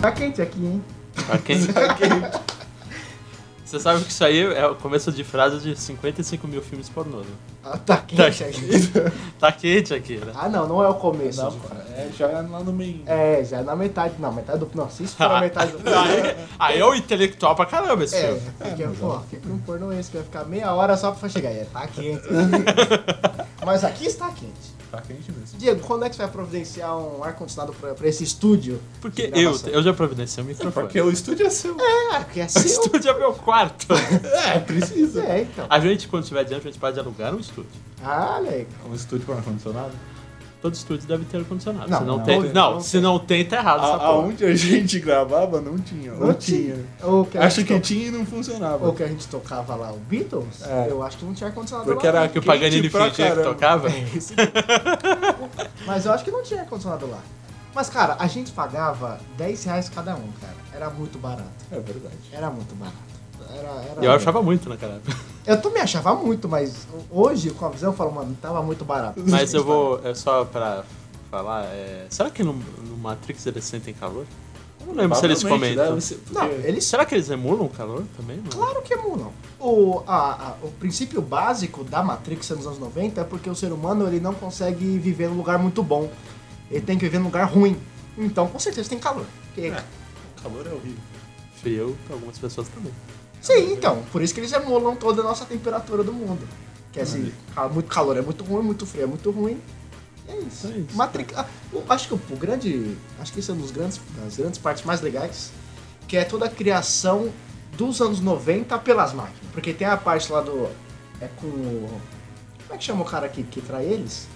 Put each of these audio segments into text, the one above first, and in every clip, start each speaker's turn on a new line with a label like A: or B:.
A: Tá quente aqui, hein?
B: Tá quente? Você sabe que isso aí é o começo de frase de 55 mil filmes pornô, né?
A: Ah, tá quente aqui.
B: Tá quente aqui, né?
A: Ah, não, não é o começo.
C: Não,
A: de
C: pô,
A: frase.
C: é, já é lá no meio.
A: É, já é na metade. Não, metade do. Não, se isso for a metade do.
B: Aí, aí é o intelectual pra caramba esse
A: É,
B: filme.
A: fica, pô, fica um pornô esse que vai ficar meia hora só pra chegar. E É, tá quente. Mas aqui está quente.
C: Tá quente mesmo.
A: Diego, quando é que você vai providenciar um ar-condicionado pra, pra esse estúdio?
B: Porque
A: de
B: eu,
A: gravação?
B: eu já providenciei o microfone.
C: Porque o estúdio é seu. É,
A: Ah, porque é
B: O
A: seu.
B: estúdio é meu quarto.
C: precisa.
A: É, então.
B: A gente, quando tiver adiante, a gente pode alugar um estúdio.
A: Ah, legal.
C: Um estúdio com ar-condicionado.
B: Todo estúdio deve ter ar-condicionado.
A: Não,
B: se não,
C: não
B: tem.
C: tem,
B: não,
A: não
B: se não tem, tá errado essa
C: A-
B: porra.
C: Aonde a gente gravava, não tinha. Não,
A: Não
C: tinha.
A: Ou que a
C: Acho
A: gente
C: que
A: to-
C: tinha e não funcionava.
A: Ou que a gente tocava lá o Beatles,
C: É.
A: eu acho que não tinha ar-condicionado
C: Porque
A: lá.
C: era-
B: Que o
C: Quente
B: Paganini
C: pra
B: fingia que
C: caramba.
B: tocava?
A: Mas eu acho que não tinha ar-condicionado lá. Mas, cara, a gente pagava 10 reais cada um, cara. Era muito barato.
C: É verdade.
A: Era muito barato. Era, era...
B: E eu achava muito naquela época.
A: Eu também achava muito, mas hoje, com a visão, eu falo, mano, tava muito barato.
B: Mas eu vou. É só pra falar. é, será que no, no Matrix eles sentem calor? Eu não lembro se eles
C: Provavelmente, né?
B: comentam.
C: deve ser, porque-
A: Não, eles...
B: Será que eles emulam calor também? mano?
A: Claro que emulam. O, a- a- o princípio básico da Matrix nos anos 90 é porque o ser humano ele não consegue viver num lugar muito bom. Ele tem que viver num lugar ruim. Então, com certeza, tem calor. Porque-
C: Calor é horrível.
B: Frio pra algumas pessoas também.
A: Sim, então. Por isso que eles emulam toda a nossa temperatura do mundo. Que é assim, ca- muito calor é muito ruim, muito frio é muito ruim. E é isso.
B: É isso.
A: Matrix. ah, o- acho que o, o grande. Acho que esse é um dos grandes, das grandes partes mais legais. Que é toda a criação dos anos 90 pelas máquinas. Porque tem a parte lá do. É com. o- Como é que chama o cara que, que trai eles?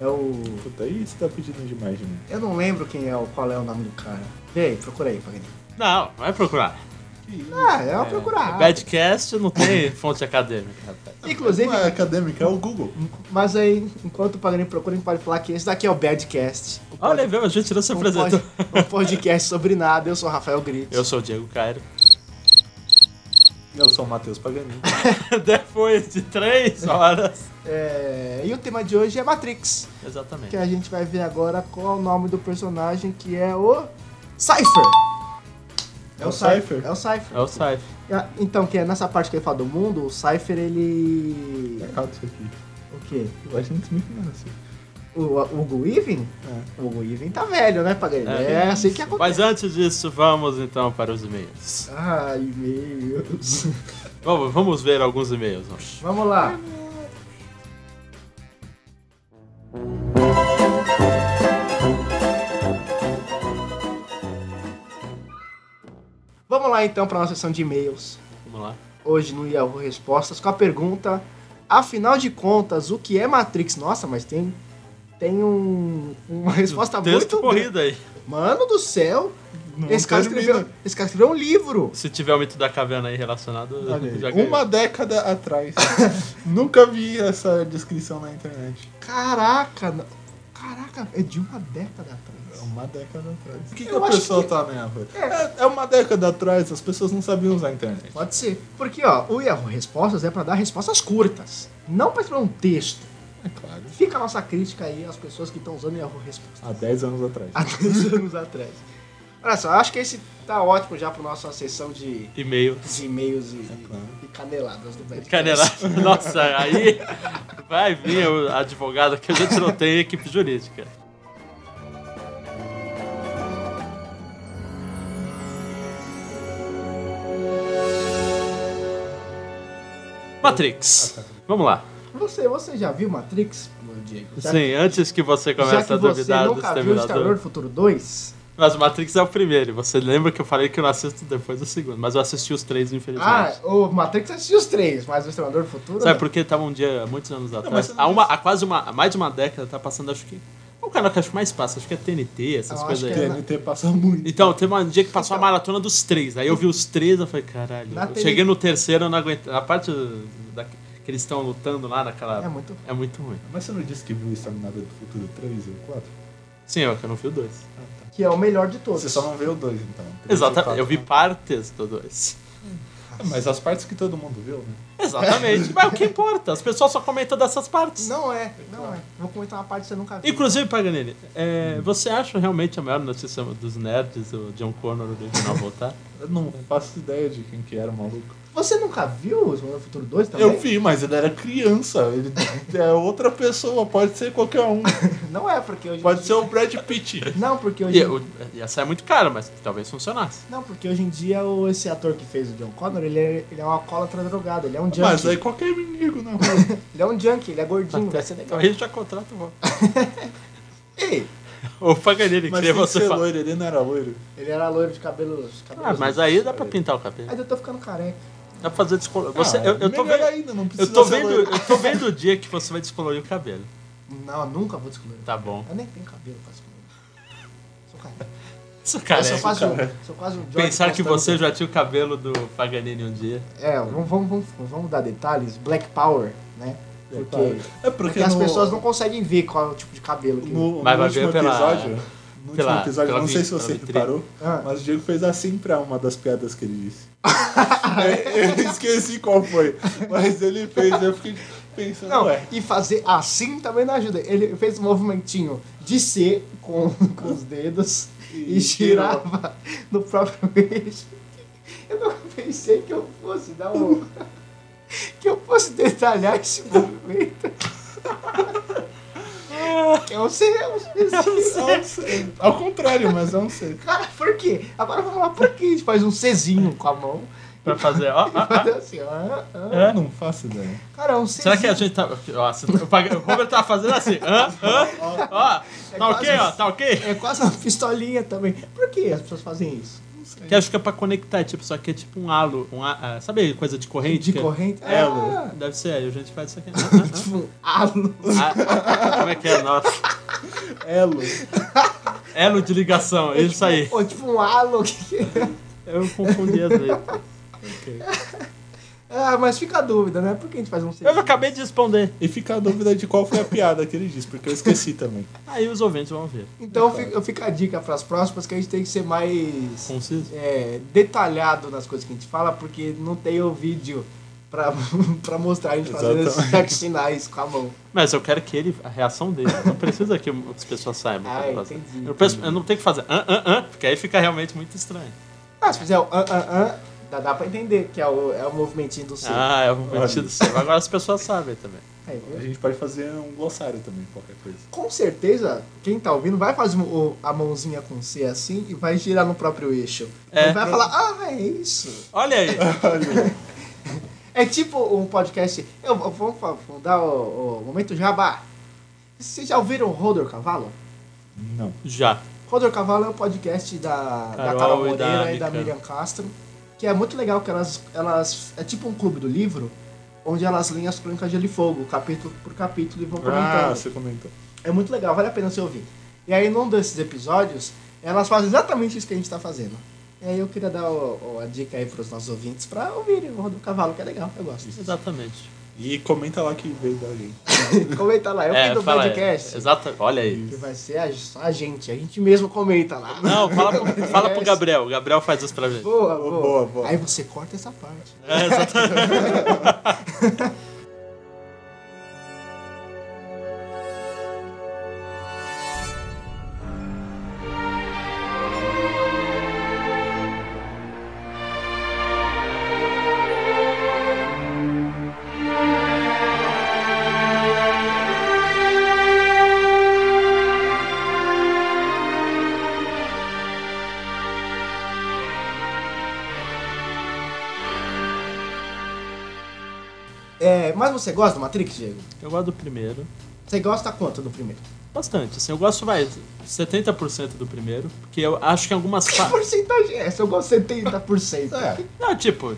A: É o.
C: Puta, aí você tá pedindo demais de mim.
A: Eu não lembro quem é o qual é o nome do cara. Vê aí, procura aí, Paganini.
B: Não, vai procurar.
A: Ah, é uma
B: É,
A: procurar.
B: Badcast não tem fonte acadêmica, rapaz.
A: Inclusive,
C: Não é acadêmica, é o Google.
A: Mas aí, enquanto o Paganini procura, a gente pode falar que esse daqui é o Badcast. O pod-
B: Olha, viu? A gente não se
A: um
B: apresentou.
A: pod- um podcast sobre nada. Eu sou o Rafael Grit.
B: Eu sou o Diego Cairo.
C: Eu sou o Matheus Paganini.
B: Depois de três horas.
A: É, E o tema de hoje é Matrix, que
B: Exatamente.
A: a gente vai ver agora qual é o nome do personagem, que é o... Cypher.
C: É o Cypher?
A: É o Cypher.
B: É o Saif.
A: Ah, Então, que é nessa parte que ele fala do mundo, o Cypher, ele...
C: Errado isso aqui.
A: O quê?
C: É Eu acho muito assim.
A: O o Hugo Even?
C: É.
A: O Hugo Even tá velho, né, Paganini? É, assim que acontece.
B: Mas antes disso, vamos então para os e-mails.
A: Ai, meu Deus.
B: Vamos, vamos ver alguns e-mails. vamos.
A: Vamos lá. Vamos lá então para nossa sessão de e-mails.
B: Vamos lá.
A: Hoje no Yahoo Respostas com a pergunta: Afinal de contas, o que é Matrix? Nossa, mas tem tem um- uma resposta
B: Texto
A: muito grande.
B: corrido aí.
A: Mano do céu,
C: Não
A: esse cara,
C: termina.
A: escreveu, esse cara escreveu um livro.
B: Se tiver o mito da caverna aí relacionado, eu
C: Olha aí,
B: já ganhei.
C: Uma década atrás. Nunca vi essa descrição na internet.
A: Caraca, não- caraca, é de uma década atrás.
C: É Uma década atrás. O que, que
A: Eu
C: a
A: acho
C: pessoa
A: que-
C: tá nela? É. é uma década atrás, as pessoas não sabiam usar a internet.
A: Pode ser. Porque, ó, o Yahoo Respostas é pra dar respostas curtas. Não pra escrever um texto.
C: É claro.
A: Fica a nossa crítica aí às pessoas que estão usando o Yahoo Respostas.
C: Há 10 anos atrás.
A: Há 10 anos atrás. Olha só, eu acho que esse tá ótimo já pra nossa sessão de,
B: E-mail.
A: de e-mails e,
C: claro.
A: e caneladas do Bad
B: Canelada. Nossa, aí vai vir o advogado que a gente não tem equipe jurídica.
A: Ah,
B: Matrix.
A: tá.
B: Vamos lá.
A: Você, você já viu Matrix, meu Diego? Já-
B: Sim, antes que você
A: Tá. Já
B: comece
A: que
B: a
A: você
B: duvidar
A: nunca
B: do
A: viu o Exterminador
B: Exterminador.
A: do Futuro 2?
B: Mas o Matrix é o primeiro. Você lembra que eu falei que eu não assisto depois do segundo, mas eu assisti os três,
A: Ah,
B: infelizmente.
A: o Matrix assistiu os três, mas o Exterminador do Futuro...
B: Sabe
A: não.
B: por que tava um dia, muitos anos
C: mas
B: atrás?
C: você não
B: há, uma,
C: disse.
B: há quase uma, há mais de uma década, tá passando, acho que. Qual canal que eu acho que mais passa? Acho que é TNT, essas
A: Eu acho
B: coisas
A: que
B: aí.
A: é
C: TNT passa muito.
B: Então, teve um dia que passou a maratona dos três. Aí eu vi os três, eu falei, caralho.
A: Na
B: Eu
A: TNT.
B: cheguei no terceiro, eu não aguentei. A parte da- que eles estão lutando lá naquela.
A: É muito...
B: É muito ruim.
C: Mas você não disse que viu o Exterminador do Futuro 3 e o 4?
B: Sim, eu que eu não vi o dois.
A: Que é o melhor de todos.
C: Você só não vê o 2, então.
A: né?
B: Exatamente. Eu vi partes do dois.
C: Mas as partes que todo mundo viu, né?
B: Exatamente. Mas o que importa? As pessoas só comentam dessas partes.
A: Não é, não é. Vou comentar uma parte que você nunca viu.
B: Inclusive, Paganini, é, você acha realmente a maior notícia dos nerds, o John Connor original voltar?
C: Eu não faço ideia de quem que era o maluco.
A: Você nunca viu o Semana do Futuro 2 também?
C: Eu vi, mas ele era criança. Ele é outra pessoa, pode ser qualquer um.
A: Não é, porque hoje.
C: Pode ser o Brad Pitt.
A: Não, porque hoje.
B: E, o, e essa é muito cara, mas talvez funcionasse.
A: Não, porque hoje em dia o, esse ator que fez o John Connor, ele é, ele é um alcoólatra drogado, ele é um junkie.
C: Mas aí qualquer menino na rua.
A: Ele é um junkie, ele é gordinho, vai ser legal.
B: Então a gente já contrata o
A: Ei,
B: O Paganini,
C: Mas
B: queria
C: tem que
B: você
C: ser
B: falar.
C: loiro, ele não era loiro.
A: ele era loiro de cabelo. de cabelo
B: Ah, mas aí dá pra pintar o cabelo.
A: Ainda tô ficando careca.
B: Dá pra fazer descolor. Você,
C: Ah,
B: eu, eu tô
C: melhor
B: vendo,
C: ainda, não precisa
B: eu tô
C: ser
B: vendo,
C: loiro.
B: eu tô vendo o dia que você vai descolorir o cabelo.
A: Não, eu nunca vou descobrir.
B: Tá bom.
A: Eu nem tenho cabelo quase cabelo. Sou careca.
B: Isso,
A: Eu
B: cara.
A: sou
B: é-
A: quase, um- sou quase um George
B: Pensar que
A: Costanza.
B: você já tinha o cabelo do Paganini um dia.
A: É, vamos, vamos, vamos, vamos dar detalhes. Black Power, né? Porque,
C: É
A: porque
C: porque
A: as
C: no-
A: pessoas não conseguem ver qual é o tipo de cabelo que.
C: No,
B: Mas
C: no
B: vai ver
C: último
B: pela-
C: episódio, no
B: pela-
C: último episódio,
B: pela
C: não sei
B: vi-
C: se você
B: pela vitrine.
C: reparou,
A: Ah.
C: mas o Diego fez assim pra uma das piadas que ele disse. É, eu, eu esqueci qual foi, mas ele fez, eu fiquei pensando,
A: Não,
C: ué.
A: e fazer assim também não ajuda. Ele fez um movimentinho de C com, com os dedos e,
C: E
A: girava no próprio eixo. Eu nunca pensei que eu fosse dar um. que eu fosse detalhar esse movimento. que é um eu sei, eu sei.
C: É um ser. Ao contrário, mas é um ser.
A: Cara, por quê? Agora vamos lá, por que a gente faz um Czinho com a mão
B: Pra fazer. ó,
A: e
B: ó, ó.
A: faz assim, ó, ó.
C: Eu não faço ideia.
A: Cara, é um Czinho.
B: Será que a gente tá. Nossa, o Pag- o Robert tava fazendo assim. Hã? Hã? Ó,
A: É
B: tá ok,
A: quase-
B: ó, tá ok?
A: É quase uma pistolinha também. Por que as pessoas fazem isso?
B: Que acho que é pra conectar, tipo, só que é tipo um halo. Um, a- ah, sabe coisa de corrente?
A: De
B: Que-
A: corrente?
B: É,
A: Ah,
B: deve ser, aí a gente faz isso aqui.
A: tipo, um alo.
B: Ah, ah, como é que é? Nossa.
C: Elo.
B: Elo de ligação, é isso aí.
A: Ou tipo um halo. que-
B: Eu confundi às vezes.
A: Ah, mas fica a dúvida, né? Por que a gente faz um
B: Eu
A: Czinho?
B: acabei de responder.
C: E fica a dúvida de qual foi a piada que ele disse, porque eu esqueci também.
B: Aí os ouvintes vão ver.
A: Então fica, fica a dica pras próximas que a gente tem que ser mais
B: Conciso?
A: é, detalhado nas coisas que a gente fala, porque não tem o vídeo pra, pra mostrar a gente fazendo esses
C: Exatamente.
A: certos sinais com a mão.
B: Mas eu quero que ele, a reação dele. Não precisa que as pessoas saibam. o que
A: Ah,
B: eu tô fazendo.
A: entendi.
B: Eu, penso- eu não tenho que fazer ah, ah, ah, porque aí fica realmente muito estranho.
A: Ah, se fizer o an, an, an, dá, dá pra entender que é o, é o movimentinho do C.
B: Ah, é um sentido seu. Agora as pessoas sabem também.
A: Aí,
C: A
A: viu?
C: gente pode fazer um glossário também, qualquer coisa.
A: Com certeza, quem tá ouvindo vai fazer o- a mãozinha com C assim e vai girar no próprio eixo.
B: É.
A: E vai falar, ah, é isso.
B: Olha aí.
A: É tipo um podcast. Eu vou- vamos, fa- vamos dar o, o momento jabá. Vocês já ouviram o Rodor Cavalo?
C: Não.
B: Já.
A: Rodor Cavalo é um podcast da Carol, da
B: Carol
A: Carol
B: e da
A: Moreira e da,
B: Mica.
A: Miriam Castro. Que é muito legal que elas, elas. É tipo um clube do livro, onde elas leem as crônicas de Gelo e Fogo, capítulo por capítulo, e vão
C: Ah,
A: comentando.
C: você comentou.
A: É muito legal, vale a pena você ouvir. E aí, num desses episódios, elas fazem exatamente isso que a gente tá fazendo. E aí eu queria dar o- o- a dica aí pros nossos ouvintes pra ouvirem o Rodor Cavalo, que é legal, eu gosto.
B: Exatamente.
C: E comenta lá que veio da gente.
A: Comenta lá, eu é, do
B: fala-
A: podcast.
B: Exato. Olha aí.
A: que vai ser a, só a gente, a gente mesmo comenta lá.
B: Não, fala, pro- fala pro Gabriel. O Gabriel faz isso pra gente.
A: Boa,
C: Boa,
A: boa.
C: boa, boa.
A: Aí você corta essa parte.
B: É, exatamente.
A: É, mas você gosta do Matrix, Diego?
B: Eu gosto do primeiro.
A: Você gosta quanto do primeiro?
B: Bastante, assim, eu gosto mais 70% do primeiro, porque eu acho que algumas
A: Que
B: partes.
A: porcentagem é essa? Eu gosto 70%.
C: É.
B: Não, tipo,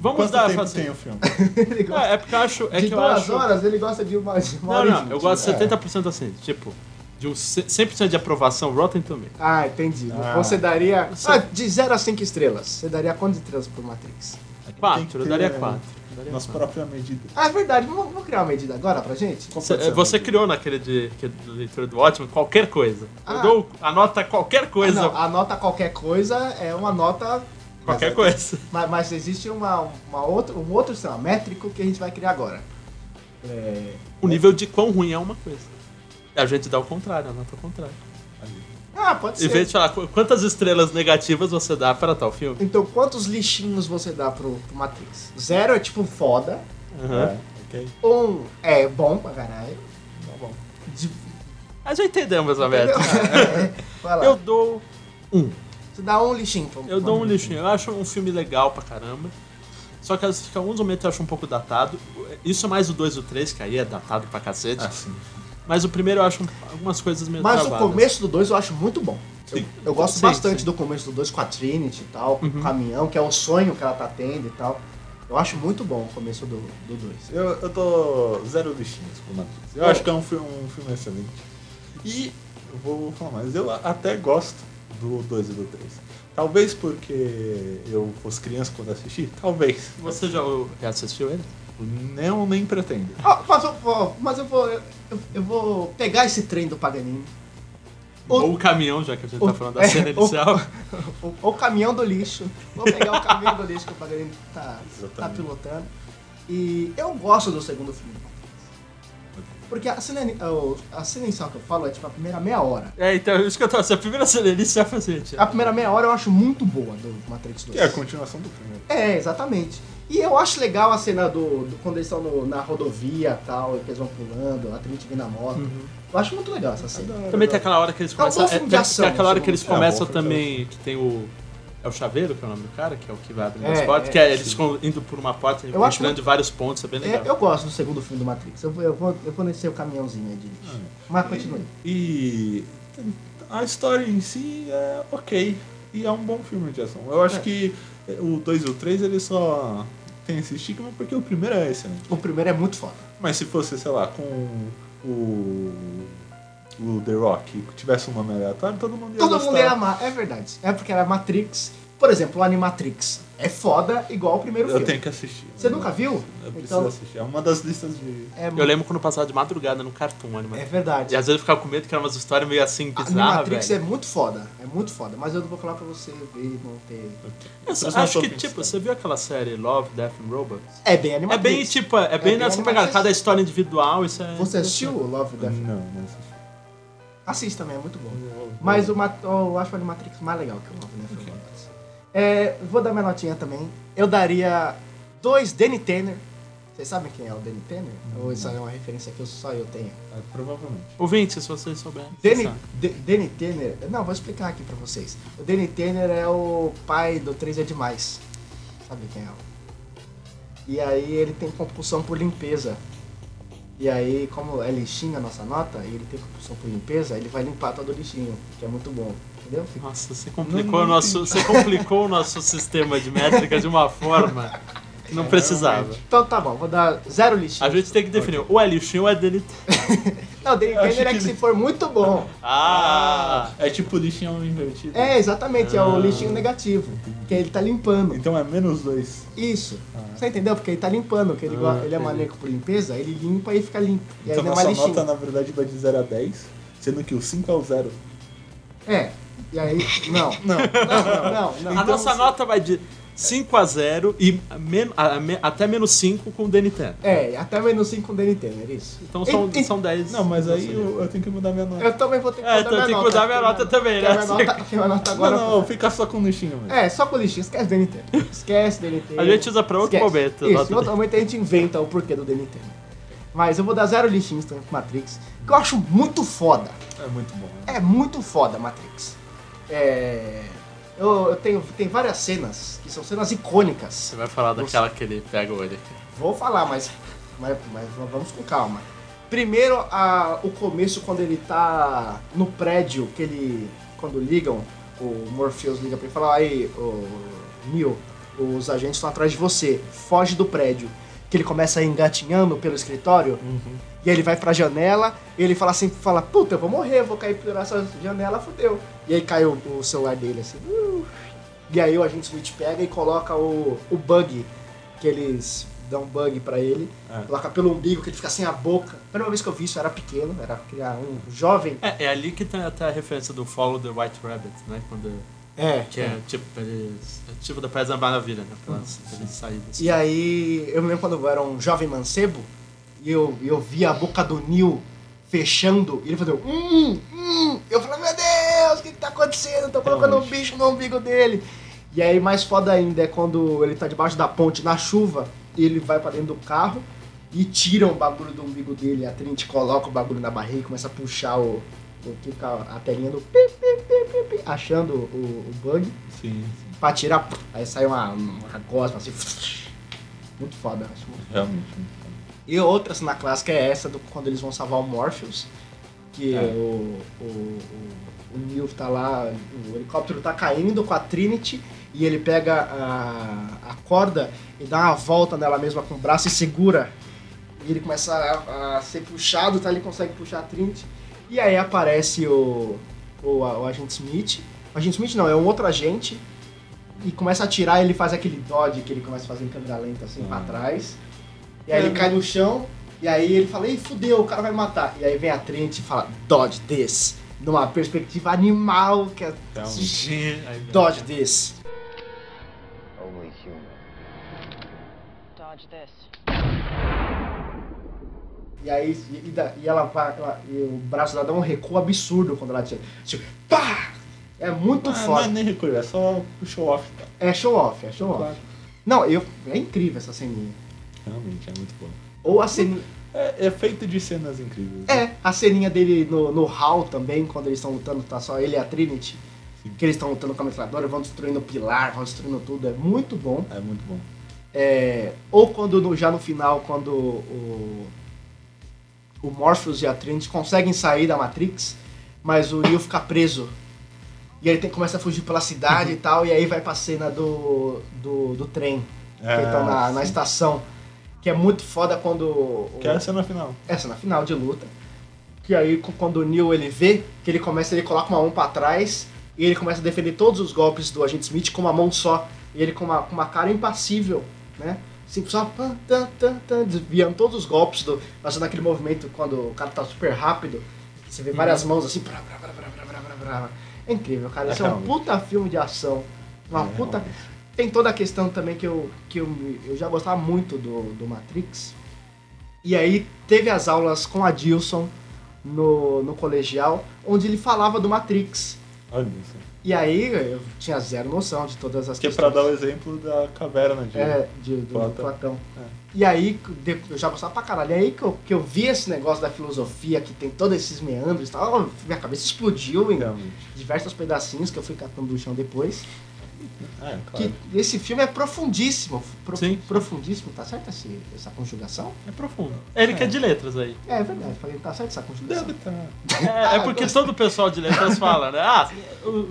B: vamos
C: Quanto
B: dar.
C: tempo
B: fazer-
C: tem o filme?
A: Ele
B: Não,
A: gosta-
B: é porque eu acho. É
A: de
B: que eu
A: duas
B: acho.
A: horas ele gosta de uma, de uma
B: Não,
A: hora e
B: não, eu
A: vinte. né?
B: gosto
C: é.
B: 70% assim, tipo, de um ce- 100% de aprovação, Rotten Tomatoes.
A: Ah, entendi.
C: Ah.
A: Você daria.
B: Você-
A: Ah, de 0 a 5 estrelas. Você daria quantas estrelas pro Matrix?
B: 4, eu
C: ter,
B: daria
C: é,
B: 4.
C: Nossa própria medida.
A: Ah, é verdade. Vamos, vamos criar uma medida agora pra gente?
C: Qual
B: Você,
C: pode ser a
B: você
A: né?
C: medida?
B: criou naquele de, que é do leitura do ótimo qualquer coisa.
A: Ah.
B: Eu dou a nota qualquer
A: Ah,
B: coisa.
A: não, a nota qualquer coisa é uma nota
B: Qualquer coisa.
A: Mas, mas existe uma, uma outra, um outro sei lá, métrico que a gente vai criar agora. É,
B: O nível de quão ruim é uma coisa. A gente dá o contrário, a nota contrária.
A: Ah, pode
B: Em vez
A: ser.
B: de falar "Qu- quantas estrelas negativas você dá para tal filme.
A: Então, quantos lixinhos você dá pro, pro Matrix? Zero é tipo foda. É.
B: Aham.
C: É, ok.
A: Um é bom pra caralho. Tá bom. De- É.
B: Mas já entendemos a meta.
A: Vai lá.
B: Eu dou um.
A: Você dá um lixinho. pra-
B: Eu
A: pra
B: dou um
A: mim.
B: lixinho. Eu acho um filme legal pra caramba. Só que acho que alguns momentos eu acho um pouco datado. Isso é mais o 2 e o 3, que aí é datado pra cacete.
C: Ah, sim.
B: Mas o primeiro eu acho um, algumas coisas meio
A: Mas
B: travadas.
A: o começo do 2 eu acho muito bom. Eu,
B: Sim.
A: eu gosto
B: Sim,
A: bastante
B: sim.
A: do começo do 2 com a Trinity e tal, com
B: Uhum.
A: o caminhão, que é o sonho que ela tá tendo e tal. Eu acho muito bom o começo do 2.
C: Eu, eu tô zero lixinhos pro Matrix. Eu
A: Pô.
C: acho que é um, fi- um filme excelente. E eu vou falar mais, eu a- até gosto do 2 e do 3. Talvez porque eu fosse criança quando assisti, talvez.
B: Você já o- já assistiu ele?
C: Não, nem pretendo.
A: Ah, mas eu vou, mas eu vou, eu, eu vou pegar esse trem do Paganini. O-
B: Ou o caminhão, já que a gente
A: o-
B: tá falando da cena
A: é, o-
B: inicial.
A: O, o caminhão do lixo. Vou pegar o caminhão do lixo que o Paganini tá, tá
C: Exatamente.
A: pilotando. E eu gosto do segundo filme. Porque a cena, o- a cena inicial que eu falo é tipo a primeira meia hora.
B: É, então isso que eu tô. Essa primeira cena inicial foi assim,
A: A primeira meia hora eu acho muito boa do Matrix 2.
C: Que é a continuação do primeiro.
A: É, exatamente. E eu acho legal a cena do, do- quando eles estão no- na rodovia e tal, e que eles vão pulando, a Trinity vem na moto.
C: Uhum.
A: Eu acho muito legal essa cena.
B: Também tem aquela hora que eles
A: É um bom
B: começam.
A: filme de
B: tem-
A: ação, né? um
B: tem aquela hora que eles
A: segundo
C: filme. É,
B: começam
C: bom filme de
B: também. Que tem o. É o chaveiro, que é o nome do cara, que é o que vai abrindo
A: É,
B: as portas,
A: é,
B: que é eles ficam indo por uma porta,
A: Eu acho
B: entrando de vários pontos, é bem legal.
A: É, eu gosto do segundo filme do Matrix. Eu vou, eu vou, eu vou nesse seu caminhãozinho aí de lixo. Mas continue.
C: E a história em si é ok. E é um bom filme de ação. Eu acho
A: É.
C: que o 2 e o 3 ele só tem esse estigma porque o primeiro é excelente.
A: O primeiro é muito foda.
C: Mas se fosse, sei lá, com o. O The Rock e tivesse um nome aleatório, todo mundo ia
A: Todo
C: gostar.
A: mundo ia amar, é verdade. É porque era Matrix. Por exemplo, o Animatrix é foda igual o primeiro
C: Eu
A: filme.
C: tenho que assistir.
A: Você nunca viu?
C: Eu preciso
A: Então,
C: assistir. É uma das listas de.
A: é,
B: Eu lembro quando passava de madrugada no cartoon, animado.
A: é verdade.
B: E às vezes eu ficava com medo que eram umas histórias meio assim
A: A
B: bizarras,
A: Animatrix
B: velho.
A: é muito foda. É muito foda. Mas eu não vou falar pra você ver e não ter... é
B: Eu só
C: Mas não
B: acho
C: tô
B: que,
C: pensando.
B: tipo, você viu aquela série Love, Death and Robots?
A: É bem
B: É
A: Animatrix.
B: bem, tipo, é bem
A: bem
B: nessa
A: Animatrix.
B: pegada. Cada história individual, isso é...
A: Você assistiu o Love, Death
C: Não, não assisti.
A: Assista também, é muito bom. Mas o Mat- oh, eu acho o Animatrix mais legal que o Love, né? Foi o Matrix. É, vou dar minha notinha também. Eu daria dois Danny Tanner. Vocês sabem quem é o Danny Tanner? Ou isso é uma referência que só eu tenho?
C: É, provavelmente.
B: Ouvinte, se vocês souberem.
A: Danny,
B: sabe.
A: D- Danny Tanner... Não, vou explicar aqui pra vocês. O Danny Tanner é o pai do 3 é Demais. Sabe quem é? E aí ele tem compulsão por limpeza. E aí, como é lixinho a nossa nota, e ele tem compulsão por limpeza, ele vai limpar todo o lixinho, que é muito bom. Entendeu? Fica-
B: Nossa, você complicou,
C: Não,
B: o
C: não
B: nosso, você complicou o nosso sistema de métrica de uma forma que não precisava.
A: Então tá bom, vou dar zero lixinho.
B: A gente tem que definir ou é lixinho ou é delito.
A: Não, Danny
C: Eu acho
A: Tanner é
C: que
A: que se
C: ele-
A: for muito bom.
B: Ah!
C: É tipo lixinho invertido.
A: É, exatamente,
C: Ah.
A: é o lixinho negativo. Que ele tá limpando.
C: Então é menos dois.
A: Isso.
C: Ah.
A: Você entendeu? Porque ele tá limpando, que ele, go-
B: Ah,
A: ele é
B: entendi.
A: maníaco por limpeza, ele limpa e fica limpo. E aí
C: Então
A: não é
C: nossa
A: mais lixinho.
C: nota na verdade vai de 0 a 10, sendo que o 5 é o 0.
A: É. E aí. Não. Não,
C: Não.
A: não, não. Então,
B: a
C: Então,
B: nossa nota vai de 5 a 0 e men- a- a- me- até menos 5 com o DNT.
A: É, até menos 5 com o DNT, não era isso?
B: Então são,
A: E- e-
B: são 10.
C: Não, mas aí
B: Nossa,
C: eu, eu tenho que mudar minha nota.
A: Eu também vou ter que
B: É,
A: mudar
B: então
A: minha
B: tem que
A: nota.
B: mudar minha nota também,
A: Porque Minha
B: né?
A: nota, minha nota agora.
C: não, não, fica só com o lixinho mesmo.
A: É, só com o lixo, esquece DNT. Esquece DNT.
B: A gente usa pra outro
A: Esquece.
B: momento,
A: Isso,
B: nota
A: em outro momento a gente inventa o porquê do DNT. Mas eu vou dar zero lixinhos também pro Matrix, que eu acho muito foda.
C: É muito bom. né?
A: É muito foda Matrix. É. Eu, eu tenho. Tem várias cenas que são cenas icônicas.
B: Você vai falar daquela que ele pega o olho aqui.
A: Vou falar, mas, mas, mas vamos com calma. Primeiro, a- o começo, quando ele tá no prédio, que ele. Quando ligam, o Morpheus liga pra ele e fala: Aí, o Neil, os agentes estão atrás de você, foge do prédio. Que ele começa a ir engatinhando pelo escritório, e aí ele vai pra janela, e ele fala assim: fala, Puta, eu vou morrer, vou cair por essa janela, fodeu. E aí cai o, o celular dele assim. "Uh". E aí o agente Smith pega e coloca o, o bug, que eles dão um bug pra ele,
C: É.
A: coloca pelo umbigo, que ele fica sem a boca. A primeira vez que eu vi isso, eu era pequeno, era criar um jovem.
B: É, é ali que tem até a referência do Follow the White Rabbit, né? Quando
A: É.
B: Que é tipo, eles, é tipo da País da Maravilha, né? Pra eles pra eles saírem.
A: E aí, eu me lembro quando eu era um jovem mancebo e eu, eu via a boca do Neil fechando e ele fazia hum, hum. Eu falei, meu Deus, o que, que tá acontecendo? Tô colocando um
B: Realmente.
A: bicho no umbigo dele. E aí, mais foda ainda é quando ele tá debaixo da ponte na chuva e ele vai pra dentro do carro e tiram o bagulho do umbigo dele. A Trinity coloca o bagulho na barriga e começa a puxar o. o fica a telinha do pi, pi, pi, pi, pi, achando o, o bug
C: Sim,
A: pra tirar. Aí sai uma, uma gosma assim. Muito foda, acho muito
C: realmente.
A: e outra cena clássica é essa do quando eles vão salvar o Morpheus, que
C: É.
A: o, o, o, o Neil tá lá, o helicóptero tá caindo com a Trinity e ele pega a, a corda e dá uma volta nela mesma com o braço e segura. E ele começa a, a ser puxado, tá? Ele consegue puxar a Trinity. E aí aparece o, o, a- o agente Smith. O agente Smith não, é um outro agente. E começa a atirar, ele faz aquele dodge que ele começa a fazer em câmera lenta assim pra
C: Ah.
A: trás. E aí ele cai no chão, e aí ele fala, ei, fudeu, o cara vai me matar. E aí vem a Trinity e fala, dodge this. Numa perspectiva animal, que é
C: Realmente.
B: Gente, aí-
A: dodge this.
D: Only human.
E: Dodge this.
A: E aí, e, e dá- e ela vai, ela- e o braço dela dá um recuo absurdo quando ela atira. Tipo, pá! É muito
C: Ah, não é
A: foda.
C: nem recolher, é só o show off. tá?
A: É show off, é show off.
C: Claro.
A: Não, eu, é incrível essa ceninha.
C: Realmente, é muito bom.
A: Ou a ceninha.
C: É, é feito de cenas incríveis. né?
A: É, a ceninha dele no, no hall também, quando eles estão lutando, tá só ele e a Trinity.
C: Sim.
A: Que eles estão lutando com a metralhadora, vão destruindo o pilar, vão destruindo tudo, é muito bom.
C: É muito bom.
A: É, ou quando no- já no final, quando o, o Morpheus e a Trinity conseguem sair da Matrix, mas o Neo fica preso. E aí ele tem, começa a fugir pela
C: Uhum.
A: cidade e tal, e aí vai pra cena do, do, do trem, que
C: É,
A: ele tá na, na
C: sim.
A: estação. Que é muito foda quando. o-
C: Que é a cena final.
A: essa na final de luta. Que aí c- quando o Neil ele vê, que ele começa, ele coloca uma mão pra trás e ele começa a defender todos os golpes do agente Smith com uma mão só. E ele com uma, com uma cara impassível, né? Assim, só pã, tã, tã, tã, desviando todos os golpes, do, fazendo aquele movimento quando o cara tá super rápido. Você vê várias mãos assim. Brá, brá, brá, brá, brá, brá, brá, brá. É incrível, cara. Isso é um
C: Realmente.
A: puta filme de ação. Uma
C: É,
A: puta.
C: realmente.
A: Tem toda a questão também que eu, que eu, me- eu já gostava muito do, do Matrix. E aí teve as aulas com a Dilson no, no colegial, onde ele falava do Matrix.
C: Olha isso.
A: E aí eu tinha zero noção de todas as
C: Que é pra
A: questões.
C: dar o exemplo da caverna de.
A: É, de, do, do Platão.
C: Platão. É.
A: E aí, de- eu já gostava pra caralho. E aí que eu, que eu vi esse negócio da filosofia, que tem todos esses meandros e tal, minha cabeça explodiu em
C: Realmente.
A: diversos pedacinhos que eu fui catando do chão depois.
C: É, claro.
A: Que esse filme é profundíssimo. Pro-
B: Sim.
A: Profundíssimo, tá certo esse- essa conjugação?
B: É profundo. Ele que é de letras aí.
A: É, é verdade, falei, tá certo essa conjugação.
C: Deve tá. estar.
B: É, é
A: Ah,
B: porque todo o pessoal de letras fala, né? Ah,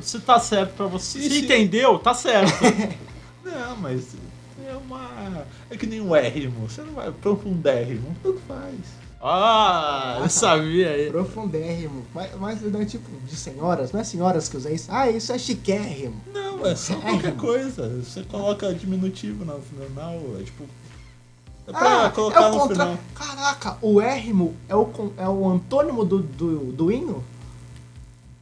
B: se tá certo pra você.
C: Sim,
B: Se
C: sim.
B: entendeu, tá certo.
C: Não, mas é uma. É que nem um érrimo. Você não vai profundérrimo. Tanto faz.
B: Ah, eu sabia aí.
A: Profundérrimo. Mas, mas não é tipo de senhoras, não é senhoras que usam isso? Ah, isso é chiquérrimo.
C: Não, é só qualquer coisa. Você coloca diminutivo no final. É tipo. É pra
A: ah,
C: colocar no
A: contra-
C: final.
A: Caraca, o érrimo é o, con- é o antônimo do, do, do hino?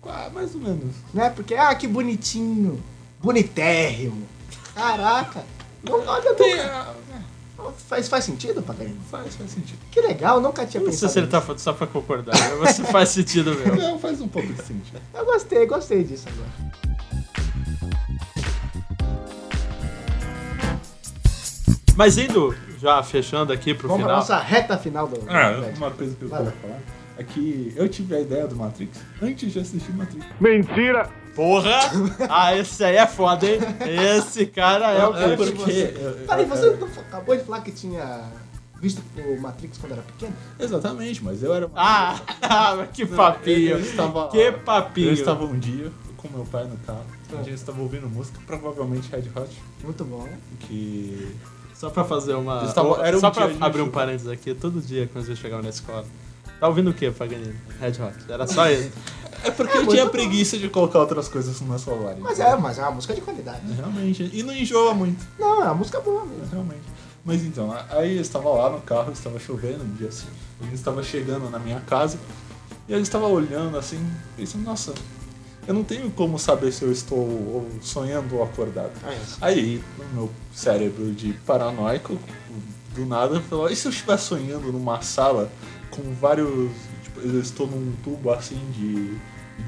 C: Ah, mais ou menos.
A: Né? Porque, ah, que bonitinho. Bonitérrimo. Caraca. Não, olha,
C: Tem,
A: nunca-
C: ah,
A: faz, faz sentido, Pagarino?
C: faz, faz sentido.
A: Que legal, nunca tinha
B: Eu não sei
A: pensado
B: se ele tá
A: nisso.
B: falando só pra concordar, né? mas se faz sentido mesmo.
C: Não, faz um pouco de sentido.
A: Eu gostei, gostei disso agora.
B: Mas indo, já fechando aqui pro
A: Vamos pra
B: final.
A: nossa reta final do...
C: Ah,
A: do-
C: uma coisa que eu
A: Vai lá.
C: quero falar é que eu tive a ideia do Matrix antes de assistir Matrix.
B: Porra! Ah, esse aí é foda, hein? Esse cara é o
C: É
B: bicho.
C: porque. é- é-
A: Peraí,
C: é-
A: você não acabou de falar que tinha visto o Matrix quando era pequeno?
C: é, Exatamente, mas eu era. uma-
B: Ah, mas que papinho.
C: eu estava-
B: que
C: Eu
B: papinho.
C: estava um dia com meu pai no carro, um dia eu estava ouvindo música, provavelmente Red Hot,
A: Muito bom.
C: que.
B: Só pra fazer uma.
C: Eu estava- era um
B: tá só
C: dia
B: pra
C: de
B: abrir um
C: chuva.
B: parênteses aqui, todo dia quando vocês chegavam na escola. Tá ouvindo o que, Paganini? Red Hot. Era só isso.
C: É porque eu tinha preguiça de colocar outras coisas no meu celular.
A: Mas é,
C: então.
A: mas é uma música de qualidade.
C: Realmente. E não enjoa muito.
A: Não, é uma música boa mesmo.
C: Realmente. Mas então, a- aí eu estava lá no carro, estava chovendo um dia assim. Ele estava chegando na minha casa e eu estava olhando assim, pensando, nossa, Eu não tenho como saber se eu estou ou sonhando ou acordado.
A: Ah, é.
C: Aí, o meu cérebro de paranoico, do nada, falou: e se eu estiver sonhando numa sala com vários. Tipo, eu estou num tubo assim de,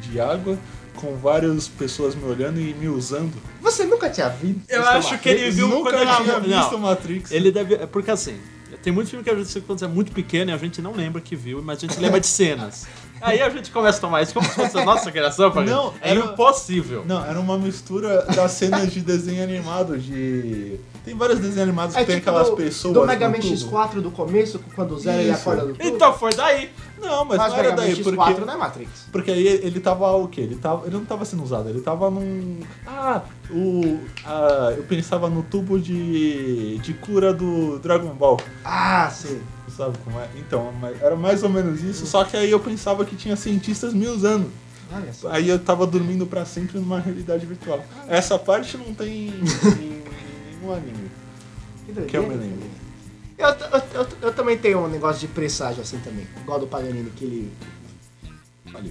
C: de água, com várias pessoas me olhando e me usando?
A: Você nunca tinha visto?
B: Eu
A: isso,
B: acho
A: Marcos?
B: que ele viu
C: Nunca
B: quando era
C: tinha
B: mo-
C: visto
B: Não.
C: Matrix.
B: Ele deve. é Porque assim, tem muitos filmes que a gente quando você é muito pequeno e a gente não lembra que viu, mas a gente lembra de cenas. Aí a gente começa a tomar isso como se fosse a nossa criação, Fagner.
C: Não,
B: é
C: era-
B: impossível.
C: Não, era uma mistura das cenas de desenho animado, de. Tem vários desenhos animados que
A: É
C: tem
A: tipo
C: aquelas
A: do,
C: pessoas.
A: do Mega
C: no
A: Man
C: tubo.
A: X4 do começo, quando o Zero ele
C: Isso.
A: acorda do tubo.
B: Então foi daí.
C: Não, mas,
A: mas,
C: não
A: o
C: era
A: Mega Man
C: daí,
A: X4
C: porque.
A: não é Matrix.
C: Porque aí ele tava o quê? Ele, tava, ele não tava sendo usado, ele tava num. Ah, o. ah, eu pensava no tubo de. de cura do Dragon Ball.
A: Ah, sim.
C: Sabe como é? Então, mas era mais ou menos isso, só que aí eu pensava que tinha cientistas me usando.
A: Olha só.
C: Aí eu tava dormindo pra sempre numa realidade virtual. Essa parte não tem em, em nenhum anime.
A: Que doideira.
C: Que eu me lembro.
A: Eu, eu- eu- eu também tenho um negócio de presságio assim também. Igual do Paganini, que ele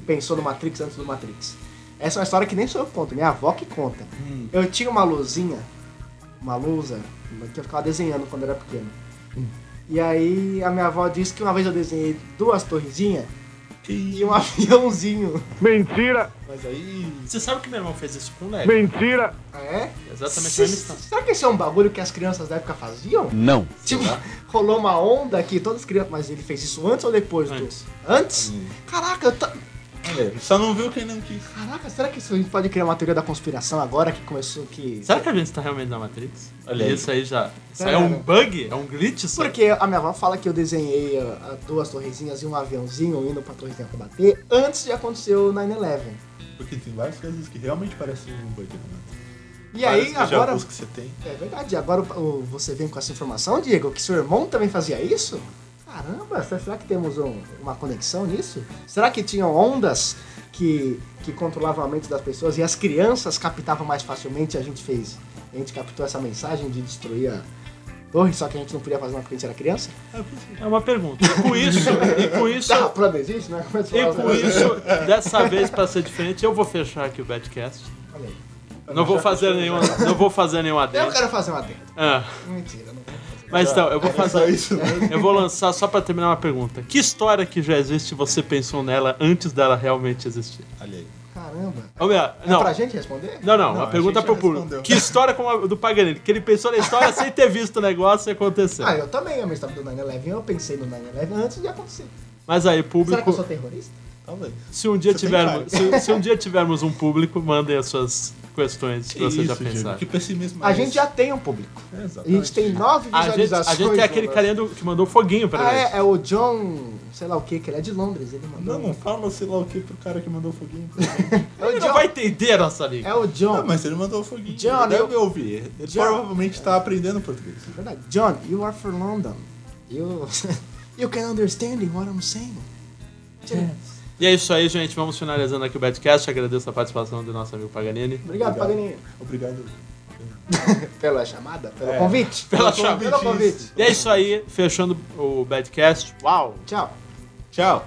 A: pensou no Matrix antes do Matrix. Essa é uma história que nem sou eu que conto, minha avó que conta.
C: Hum.
A: Eu tinha uma luzinha, uma lousa, que eu ficava desenhando quando era pequeno.
C: Hum.
A: E aí a minha avó disse que uma vez eu desenhei duas torrezinhas
C: Que
A: e um aviãozinho.
C: Mas aí.
B: Você sabe que meu irmão fez isso com o Lego.
A: Ah, é?
B: Exatamente a
A: Se-
B: mesma história.
A: será que esse é um bagulho que as crianças da época faziam?
F: Não.
A: Tipo, rolou uma onda que todas as crianças. Mas ele fez isso antes ou depois
B: Antes.
A: do. Antes?
C: Hum.
A: Caraca, eu ta-
C: Olha, só não viu quem não quis.
A: Caraca, será que isso a gente pode criar uma teoria da conspiração agora que começou que.
B: Será que a gente tá realmente na Matrix?
C: Olha aí.
B: Isso aí já. Isso
A: Cara.
B: aí é um bug? É um glitch? Só?
A: Porque a minha avó fala que eu desenhei ah, ah, duas torrezinhas e um aviãozinho indo pra torrezinha pra bater antes de acontecer o 9-11.
C: Porque tem várias coisas que realmente parecem um bug, né?
A: E aí
C: Vários
A: agora.
C: déjà-vus que você tem.
A: É verdade, agora o- você vem com essa informação, Diego, que seu irmão também fazia isso? Caramba, se- será que temos um- uma conexão nisso? Será que tinham ondas que, que controlavam a mente das pessoas e as crianças captavam mais facilmente? A gente fez, a gente captou essa mensagem de destruir a torre, só que a gente não podia fazer uma porque a gente era criança?
B: É uma pergunta. E com isso, e com isso,
A: Tá, pra não existe, né? Mas
B: e com
A: fala-
B: isso, dessa vez pra ser diferente, eu vou fechar aqui o Badcast.
A: Olha aí.
B: Não vou fazer nenhum, não vou fazer nenhum
A: Eu
B: adendo.
A: quero fazer uma dentro.
B: Ah,
A: Mentira, não quero fazer.
B: mas então, eu vou
C: Era só
A: é
B: fazer
C: isso, né?
B: Eu vou lançar só pra terminar uma pergunta. Que história que já existe você pensou nela antes dela realmente existir?
C: Olha aí.
A: Caramba.
B: Ou melhor,
A: É
B: não.
A: pra gente responder?
B: Não, não,
C: Não,
B: uma
C: a
B: pergunta
C: gente
B: pro
C: já
B: público.
C: respondeu.
B: Que história como a do Paganini? Que ele pensou na história sem ter visto o negócio e aconteceu.
A: Ah, eu também amo a história do 9-11, eu pensei no 9-11 antes de acontecer.
B: Mas aí,
A: Será que eu
B: público,
A: sou terrorista?
C: Talvez.
B: se um, dia
C: Você tem
B: tivermos, se, se um dia tivermos um público, mandem as suas questões que, vocês já
C: Diego,
B: pensaram.
C: Que pessimismo
A: A
C: é
A: gente
C: esse?
A: já tem um público.
C: É,
A: A gente
C: exatamente.
A: tem nove
B: A gente,
A: visualizações.
B: a gente é aquele
A: Jonas.
B: carinha do- que mandou foguinho pra
A: Ah,
B: gente.
A: é, é o John, sei lá o que, que ele é de Londres, ele mandou. um.
C: Não, não fala sei lá o que pro cara que mandou o foguinho.
A: É o
B: Ele
A: John.
B: não vai entender a nossa liga.
A: É o John.
C: não, mas ele mandou o foguinho.
A: John,
C: ele deve
A: eu-
C: ouvir. Ele
A: John.
C: provavelmente tá aprendendo português.
A: Verdade. John, you are from London. You, you can understand what I'm saying.
B: E é isso aí, gente. Vamos finalizando aqui o Badcast. Agradeço a participação do nosso amigo Paganini.
A: Obrigado,
C: Obrigado.
A: Paganini,
C: Obrigado.
A: pela chamada, pelo
C: É.
A: convite.
B: Pela
A: Pelo
B: chamada.
A: Pelo convite.
B: E é isso aí, fechando o Badcast. Uau!
A: Tchau.
C: Tchau.